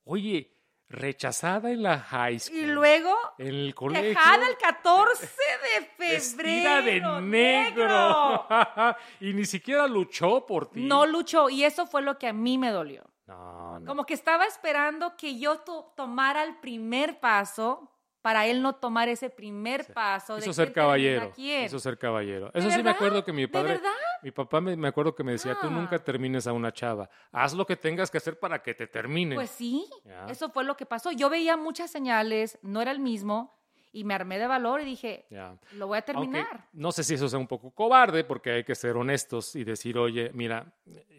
A: Oye, rechazada en la high school.
B: y luego
A: En el colegio.
B: dejada el 14 de
A: Vestida
B: febrero.
A: de negro. y ni siquiera luchó por ti.
B: No luchó y eso fue lo que a mí me dolió.
A: No, no.
B: Como que estaba esperando que yo to- tomara el primer paso para él no tomar ese primer paso. de
A: Quiso
B: qué
A: ser
B: termina
A: caballero.
B: quién.
A: Quiso ser caballero.
B: ¿De
A: Eso sí me
B: verdad?
A: acuerdo que mi
B: ¿De
A: padre.
B: verdad?
A: Mi papá me, me acuerdo que me decía, tú
B: Ah.
A: nunca termines a una chava. Haz lo que tengas que hacer para que te termine.
B: Pues sí,
A: Ya.
B: eso fue lo que pasó. Yo veía muchas señales, no era el mismo, y me armé de valor y dije,
A: Ya.
B: lo voy a
A: Aunque
B: terminar.
A: no sé si eso sea un poco cobarde, porque hay que ser honestos y decir, oye, mira,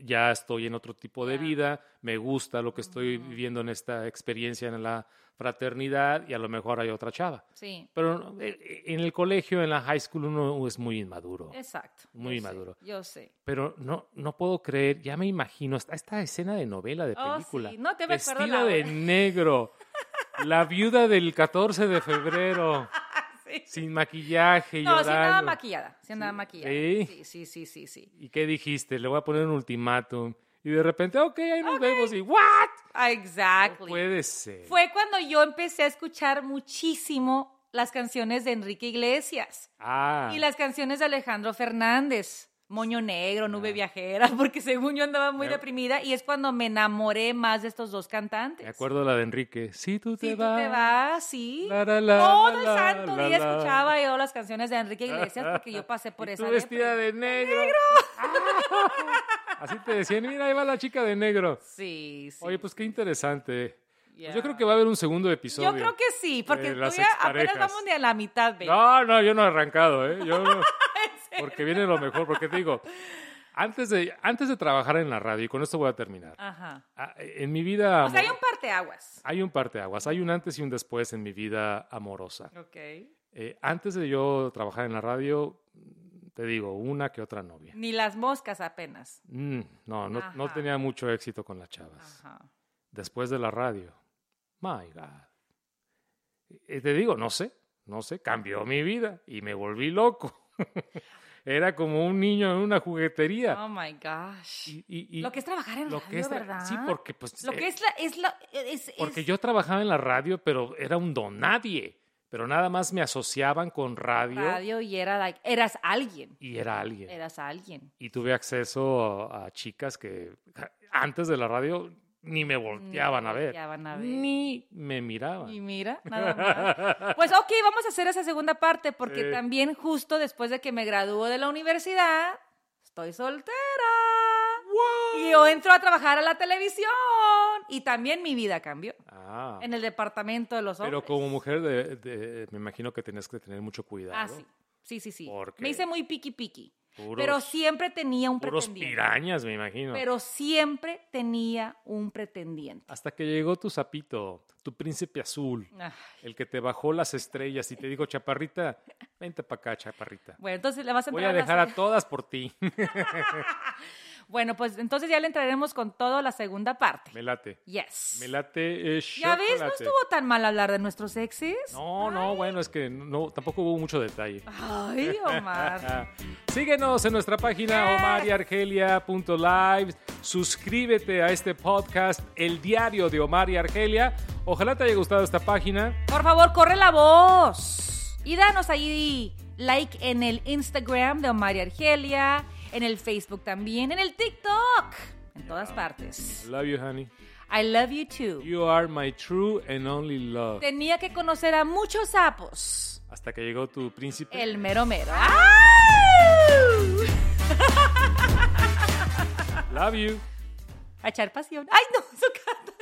A: ya estoy en otro tipo de
B: Ya.
A: vida, me gusta lo que estoy viviendo en esta experiencia en la fraternidad y a lo mejor hay otra chava.
B: Sí,
A: Pero eh, en el colegio, en la high school, uno es muy inmaduro.
B: exacto.
A: Muy
B: yo sé,
A: maduro.
B: yo sé.
A: Pero no, no puedo creer, ya me imagino esta, esta escena de novela, de
B: Oh,
A: película.
B: sí, no te me acuerdo
A: Vestida
B: la
A: de
B: hora.
A: negro, la viuda del 14 de febrero,
B: Sí.
A: sin maquillaje,
B: No, sí andaba
A: llorando.
B: maquillada, sí andaba maquillada.
A: ¿Sí?
B: Sí, sí, sí, sí, sí.
A: ¿Y qué dijiste? Le voy a poner un ultimátum. Y de repente, ok, ahí nos vemos. Y, ¿what?
B: Ah,
A: No
B: Exactly.
A: puede ser.
B: Fue cuando yo empecé a escuchar muchísimo las canciones de Enrique Iglesias
A: Ah,
B: y las canciones de Alejandro Fernández. Moño Negro, Nube Viajera, porque según yo andaba muy
A: Ah. Me-
B: deprimida y es cuando me enamoré más de estos dos cantantes.
A: me acuerdo la de Enrique. Si tú te
B: Si tú
A: vas.
B: te vas, sí.
A: La, la, la,
B: Todo
A: la,
B: el
A: la,
B: santo
A: la,
B: día
A: la.
B: escuchaba yo las canciones de Enrique Iglesias porque yo pasé por
A: Y
B: esa
A: tú vestida
B: depre.
A: de negro. Ah. Así te decían, mira, ahí va la chica de negro.
B: Sí, sí.
A: Oye, pues qué interesante. Pues yo
B: Ya.
A: creo que va a haber un segundo episodio.
B: Yo creo que sí, porque
A: de
B: tú
A: las
B: ya apenas
A: exparejas.
B: vamos ni a la mitad, baby.
A: No, no, yo no he arrancado, ¿eh? Yo no. Porque viene lo mejor, porque te digo, antes de, antes de trabajar en la radio, y con esto voy a terminar,
B: Ajá.
A: ah, en mi vida...
B: O sea, hay
A: amor-
B: un parteaguas.
A: Hay un parteaguas, hay un antes y un después en mi vida amorosa.
B: Ok.
A: Eh, antes de yo trabajar en la radio, te digo, una que otra novia.
B: Ni las moscas apenas.
A: Mm, no, no, no
B: Ajá.
A: tenía mucho éxito con las chavas.
B: Ajá.
A: Después de la radio, my God. Eh, te digo, no sé, no sé, cambió mi vida y me volví loco. Era como un niño en una juguetería.
B: Oh my gosh.
A: Y- y- y
B: Lo que es trabajar en
A: lo
B: radio,
A: que es tra-
B: ¿verdad?
A: Sí, porque pues...
B: Lo
A: eh,
B: que es la. Es la es,
A: Porque
B: es-
A: yo trabajaba en la radio, pero era un don nadie. Pero nada más me asociaban con radio,
B: Radio y era like. Eras alguien.
A: y era alguien.
B: Eras alguien.
A: Y tuve acceso a, a chicas que ja, antes de la radio ni me volteaban,
B: Ni
A: a, ver,
B: volteaban a ver.
A: Ni me miraban.
B: Y mira, nada más. Pues ok, vamos a hacer esa segunda parte porque
A: Sí.
B: también justo después de que me graduó de la universidad, estoy soltera. Y yo entro a trabajar a la televisión y también mi vida cambió
A: Ah,
B: en el departamento de los hombres.
A: pero como mujer de- de- me imagino que tenías que tener mucho cuidado.
B: Ah, sí. Sí, sí, sí.
A: Porque-
B: Me hice muy piqui piqui.
A: Puros-
B: Pero siempre tenía un
A: Puros
B: pretendiente.
A: pirañas, me imagino.
B: Pero siempre tenía un pretendiente.
A: Hasta que llegó tu sapito, tu príncipe azul,
B: Ah,
A: el que te bajó las estrellas y te dijo, chaparrita, vente para acá, chaparrita.
B: Bueno, entonces le vas a
A: Voy
B: entrar
A: a
B: la
A: dejar a
B: se-
A: todas por ti.
B: Bueno, pues entonces ya le entraremos con todo a la segunda parte.
A: Me late.
B: Yes.
A: Me late. eh,
B: ¿Ya ves? No
A: chocolate.
B: estuvo tan mal hablar de nuestros exes.
A: No, no, bueno, es que no, tampoco hubo mucho detalle.
B: Ah. Ay, Omar.
A: Síguenos en nuestra página
B: Yes.
A: omariargelia.live. Suscríbete a este podcast, El Diario de Omar y Argelia. Ojalá te haya gustado esta página.
B: Por favor, corre la voz. Y danos ahí like en el Instagram de Omar y Argelia, en el Facebook también, en el TikTok. En todas partes.
A: Love you, honey.
B: I love you too.
A: You are my true and only love.
B: Tenía que conocer a muchos sapos.
A: Hasta que llegó tu príncipe.
B: El mero mero. ¡Au!
A: Love you.
B: A echar pasión. ¡Ay, no! Su cara.